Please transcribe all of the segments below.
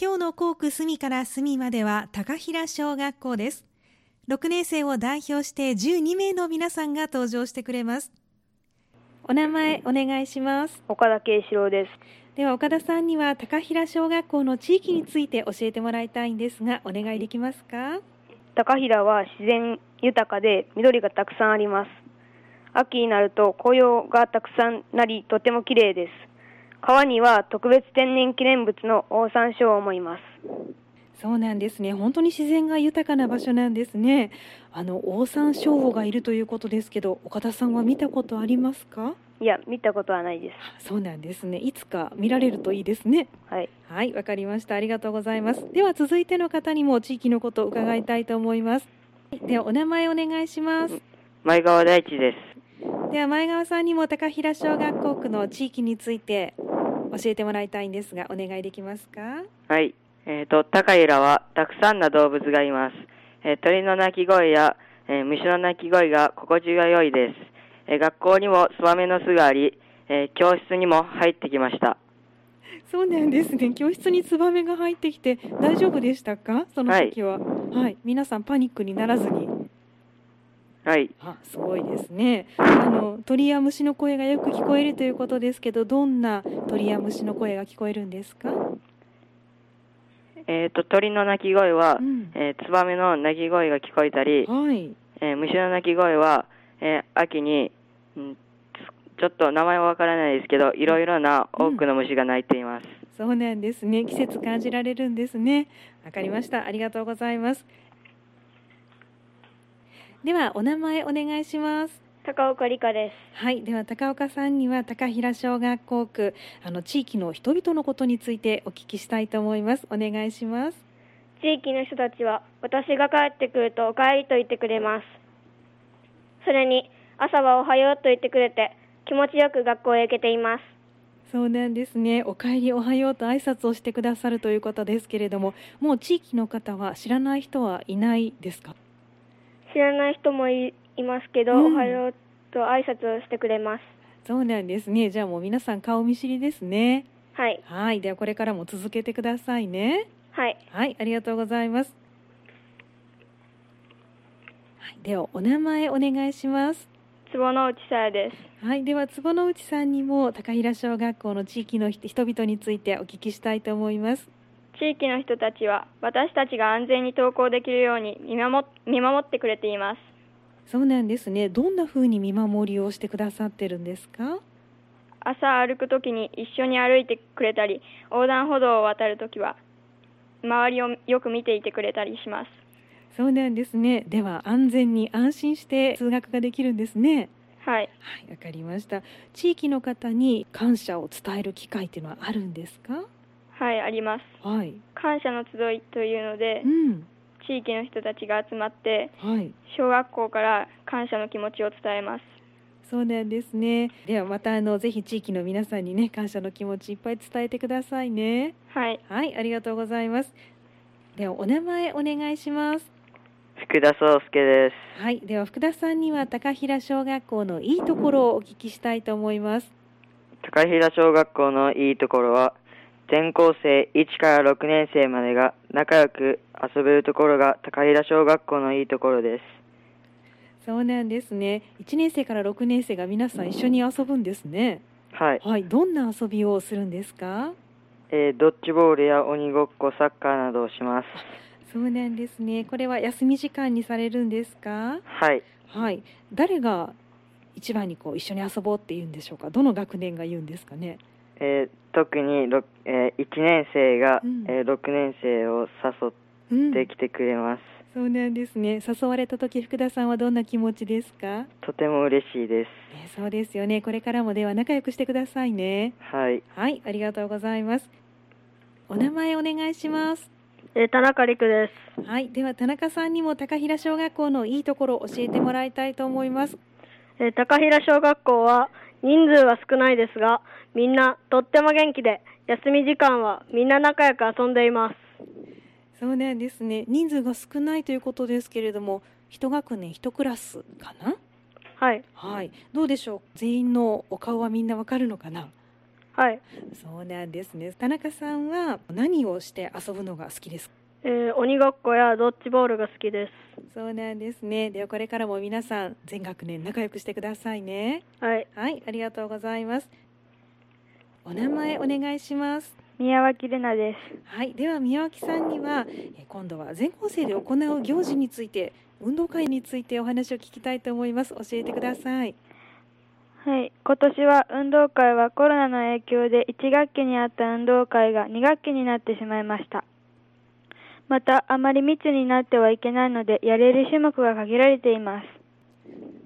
今日の校区隅から隅までは高平小学校です6年生を代表して12名の皆さんが登場してくれますお名前お願いします岡田圭志郎です。では岡田さんには高平小学校の地域について教えてもらいたいんですがお願いできますか高平は自然豊かで緑がたくさんあります。秋になると紅葉がたくさんなり、とても綺麗です。川には特別天然記念物のオオサンショウウオもいます。そうなんですね本当に自然が豊かな場所なんですねあのオ山サンショウウオがいるということですけど岡田さんは見たことありますかいや、見たことはないです。そうなんですねいつか見られるといいですねはい。はいわかりましたありがとうございますでは続いての方にも地域のことを伺いたいと思いますではお名前お願いします前川大地です。では前川さんにも高平小学校区の地域について教えてもらいたいんですがお願いできますかはい。えっ、と、高平はたくさんの動物がいます。えー鳥の鳴き声や、えー虫の鳴き声が心地が良いです。えー学校にもスバメの巣があり、えー教室にも入ってきました。そうなんですね教室にツバメが入ってきて大丈夫でしたかその時ははい、皆さんパニックにならずにはい。あすごいですねあの鳥や虫の声がよく聞こえるということですけどどんな鳥や虫の声が聞こえるんですか、えっ、と、鳥の鳴き声はう、ん、えーツバメの鳴き声が聞こえたり、はいえー虫の鳴き声は、えー秋に、うんちょっと名前はわからないですけど、いろいろな多くの虫が鳴いています。そうなんですね季節感じられるんですねわかりましたありがとうございますではお名前お願いします高岡理香ではい、では高岡さんには高平小学校区あの地域の人々のことについてお聞きしたいと思います。お願いします。す。地域の人たちは、私が帰ってくるとお帰りと言ってくれます。それに、朝はおはようと言ってくれて、気持ちよく学校へ行けています。そうなんですね。お帰りおはようと挨拶をしてくださるということですけれども、もう地域の方は知らない人はいないですか。知らない人もいいますけど、うんおはようと挨拶をしてくれます。そうなんですね。じゃあもう皆さん顔見知りですね。はい、はい、ではこれからも続けてくださいね。はい、はい、ありがとうございます。はい、ではお名前お願いします。坪之内さやです。はい、では坪之内さんにも高平小学校の地域の人人々についてお聞きしたいと思います。地域の人たちは私たちが安全に登校できるように見守見守ってくれています。そうなんですね。どんな風に見守りをしてくださってるんですか。朝歩くときに一緒に歩いてくれたり、横断歩道を渡るときは周りをよく見ていてくれたりします。そうなんですね。では安全に安心して通学ができるんですね。はい、はい、わかりました。地域の方に感謝を伝える機会っていうのはあるんですか。はい、あります。はい。感謝の集いというのでう、ん。地域の人たちが集まってはい。小学校から感謝の気持ちを伝えます。そうなんですね。ではまたあのぜひ地域の皆さんにね感謝の気持ちいっぱい伝えてくださいね。はい、はい、ありがとうございます。ではお名前お願いします。福田壮介です。はい、では福田さんには高平小学校のいいところをお聞きしたいと思います。高平小学校のいいところは全校生1から6年生までが仲良く遊べるところが高平小学校のいいところですそうなんですね。1年生から6年生が皆さん一緒に遊ぶんですね。はい、はい、どんな遊びをするんですか。えードッジボールや鬼ごっこサッカーなどをしますそうなんですね。これは休み時間にされるんですか。はいはい、誰が一番にこう一緒に遊ぼうって言うんでしょうか。どの学年が言うんですかね。えー特にろ、え1年生が、うんえ6年生を誘うんってきてくれます、そうなんですね。誘われた時福田さんはどんな気持ちですか。とても嬉しいですねそうですよね。これからもでは仲良くしてくださいね。はいはい、ありがとうございます。お名前お願いします。え田中陸です。はい、では田中さんにも高平小学校のいいところを教えてもらいたいと思います。えー高平小学校は人数は少ないですがみんなとっても元気で休み時間はみんな仲良く遊んでいますそうなんですね。人数が少ないということですけれども、一学年一クラスかな。はいはい、どうでしょう。全員のお顔はみんなわかるのかな。はい。そうなんですね。田中さんは何をして遊ぶのが好きですかえー鬼ごっこやドッジボールが好きでそうなんですね。ではこれからも皆さん全学年仲良くしてくださいね。す。はい。はい、ありがとうございます。お名前お願いします。宮脇玲奈ではい、では宮脇さんにはえ今度は全校生で行う行事について、運動会についてお話を聞きたいと思います。教えてください。す。はい。今年は運動会はコロナの影響で1学期にあった運動会が2学期になってしまいました。また、あまり密になってはいけないので、やれる種目が限られています。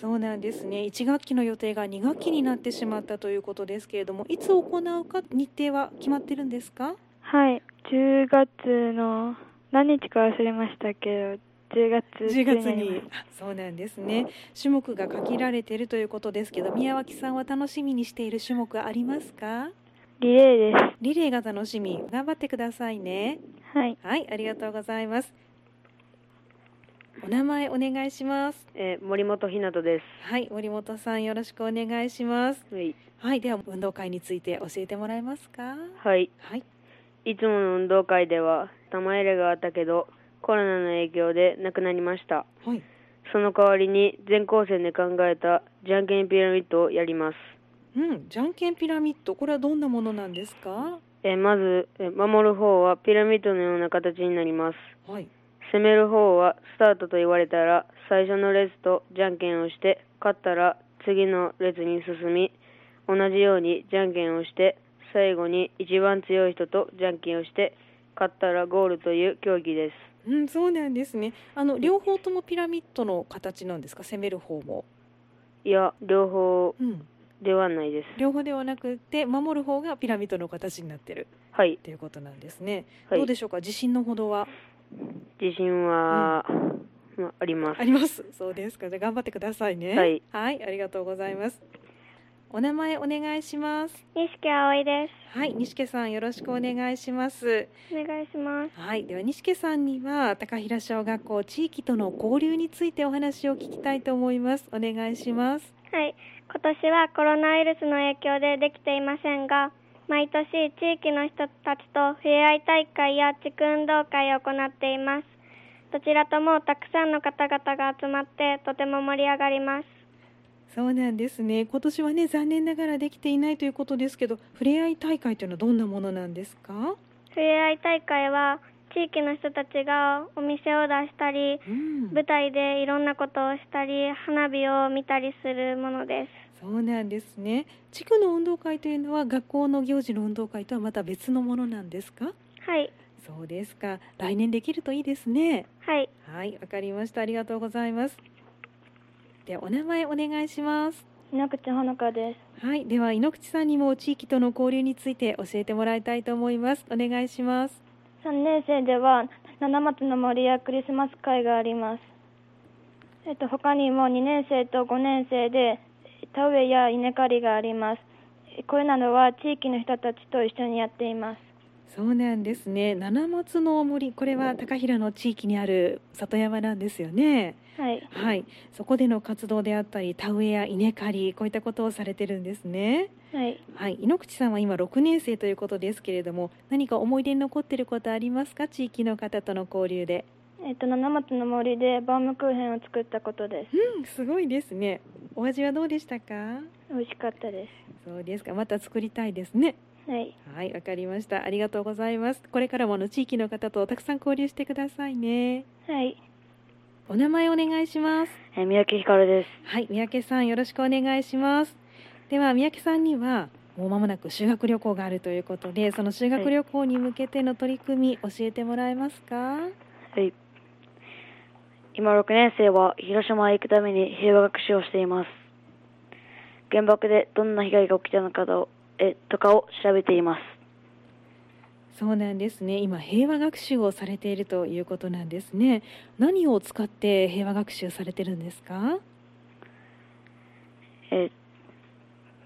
そうなんですね。1学期の予定が2学期になってしまったということですけれども、いつ行うか日程は決まってるんですか？はい。10月の何日か忘れましたけど、10月10月なりにます。あそうなんですね種目が限られているということですけど宮脇さんは楽しみにしている種目はありますかリレーです。リレーが楽しみ頑張ってくださいねはい。はいありがとうございますお名前お願いしますえー森本ひなとではい森本さんよろしくお願いしますす。はい。はいでは運動会について教えてもらえますかはい。はいいつもの運動会では玉入れがあったけど、コロナの影響でなくなりました。はいその代わりに全校生で考えたじゃんけんピラミッドをやります。うんじゃんけんピラミッドこれはどんなものなんですかえーまず、えー守る方はピラミッドのような形になります。はい攻める方はスタートと言われたら最初の列とじゃんけんをして勝ったら次の列に進み同じようにじゃんけんをして最後に一番強い人とじゃんけんをして勝ったらゴールという競技ですうん、そうなんですね。あの両方ともピラミッドの形なんですか？攻める方も。いや両方うん、ではないです両方ではなくて守る方がピラミッドの形になってるはいということなんですね。はいどうでしょうか？自信のほどは自信は、まあありますあります。そうですか。じゃあ頑張ってくださいね。はい、ありがとうございます。お名前お願いします。西あ葵ではい、西家さんよろしくお願いします。す。お願いします。はい、では西家さんには高平小学校地域との交流についてお話を聞きたいと思います。お願いします。はい、今年はコロナウイルスの影響でできていませんが毎年地域の人たちとふれあい大会や地区運動会を行っていますどちらともたくさんの方々が集まってとても盛り上がりますそうなんですね。今年はね残念ながらできていないということですけど、ふれあい大会というのはどんなものなんですか？ふれあい大会は地域の人たちがお店を出したりうん舞台でいろんなことをしたり花火を見たりするものですそうなんですね。地区の運動会というのは学校の行事の運動会とはまた別のものなんですか？はいそうですか。来年できるといいですね。はいはい、わかりました。ありがとうございます。ではお名前お願いします。稲口ほのかですはい、では井ノ口さんにも地域との交流について教えてもらいたいと思います。お願いします。 3年生では七松の森やクリスマス会があります、えっと、他にも2年生と5年生で田植えや稲刈りがありますこれなどは地域の人たちと一緒にやっていますそうなんですね。七松の森、これは高平の地域にある里山なんですよね。はいはい、そこでの活動であったり、田植えや稲刈り、こういったことをされてるんですね。はいはい、井ノ口さんは今6年生ということですけれども、何か思い出に残っていることありますか？地域の方との交流で。えっと、七松の森でバウムクーヘンを作ったことですうん、すごいですね。お味はどうでしたか？美味しかったでそうですか。また作りたいですね。すはいはい、わかりました。ありがとうございます。これからもあの地域の方とたくさん交流してくださいね。はいお名前お願いします。えー三宅ひかるですはい、三宅さんよろしくお願いします。では三宅さんにはもう間もなく修学旅行があるということで、その修学旅行に向けての取り組み教えてもらえますか？はい今6年生は広島へ行くために平和学習をしています原爆でどんな被害が起きたのかとえとかを調べていますそうなんですね。今平和学習をされているということなんですね。何を使って平和学習されてるんですか？えー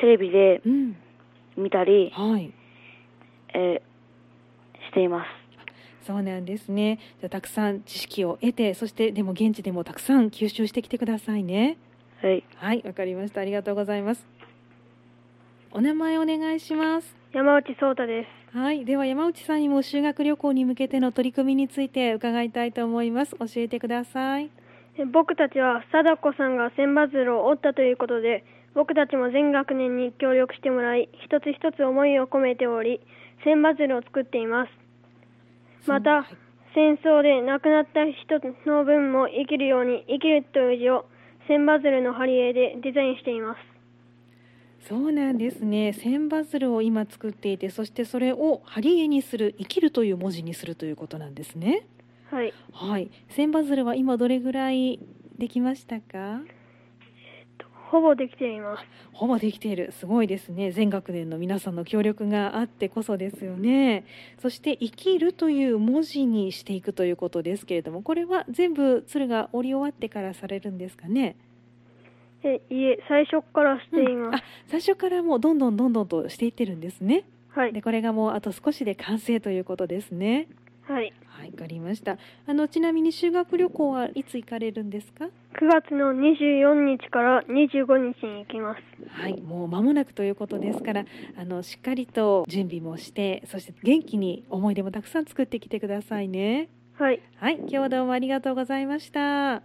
テレビでうん、見たり、はい。えーしています。そうなんですね。じゃあたくさん知識を得て、そしてでも現地でもたくさん吸収してきてくださいね。はい、はい、わかりました。ありがとうございます。お名前お願いします。山内聡太です。はい、では山内さんにも修学旅行に向けての取り組みについて伺いたいと思います。教えてください。僕たちは貞子さんが千羽鶴を折ったということで、僕たちも全学年に協力してもらい、一つ一つ思いを込めており、千羽鶴を作っています。また、戦争で亡くなった人の分も生きるように生きるという字を千羽鶴の貼り絵でデザインしています。そうなんですね。千羽鶴を今作っていて、そしてそれを貼り絵にする、生きるという文字にするということなんですね。はい。はい。千羽鶴は今どれぐらいできましたか？ほぼできています。ほぼできている。すごいですね。全学年の皆さんの協力があってこそですよね。そして生きるという文字にしていくということですけれども、これは全部鶴が折り終わってからされるんですかね？えいえ最初からしています、うん、最初からもうどんどんどんどんとしていってるんですねはいでこれがもうあと少しで完成ということですねはいはい、わかりましたあのちなみに修学旅行はいつ行かれるんですか9月の24日から25日に行きますはいもう間もなくということですからあのしっかりと準備もしてそして元気に思い出もたくさん作ってきてくださいねはい、はい、今日はどうもありがとうございました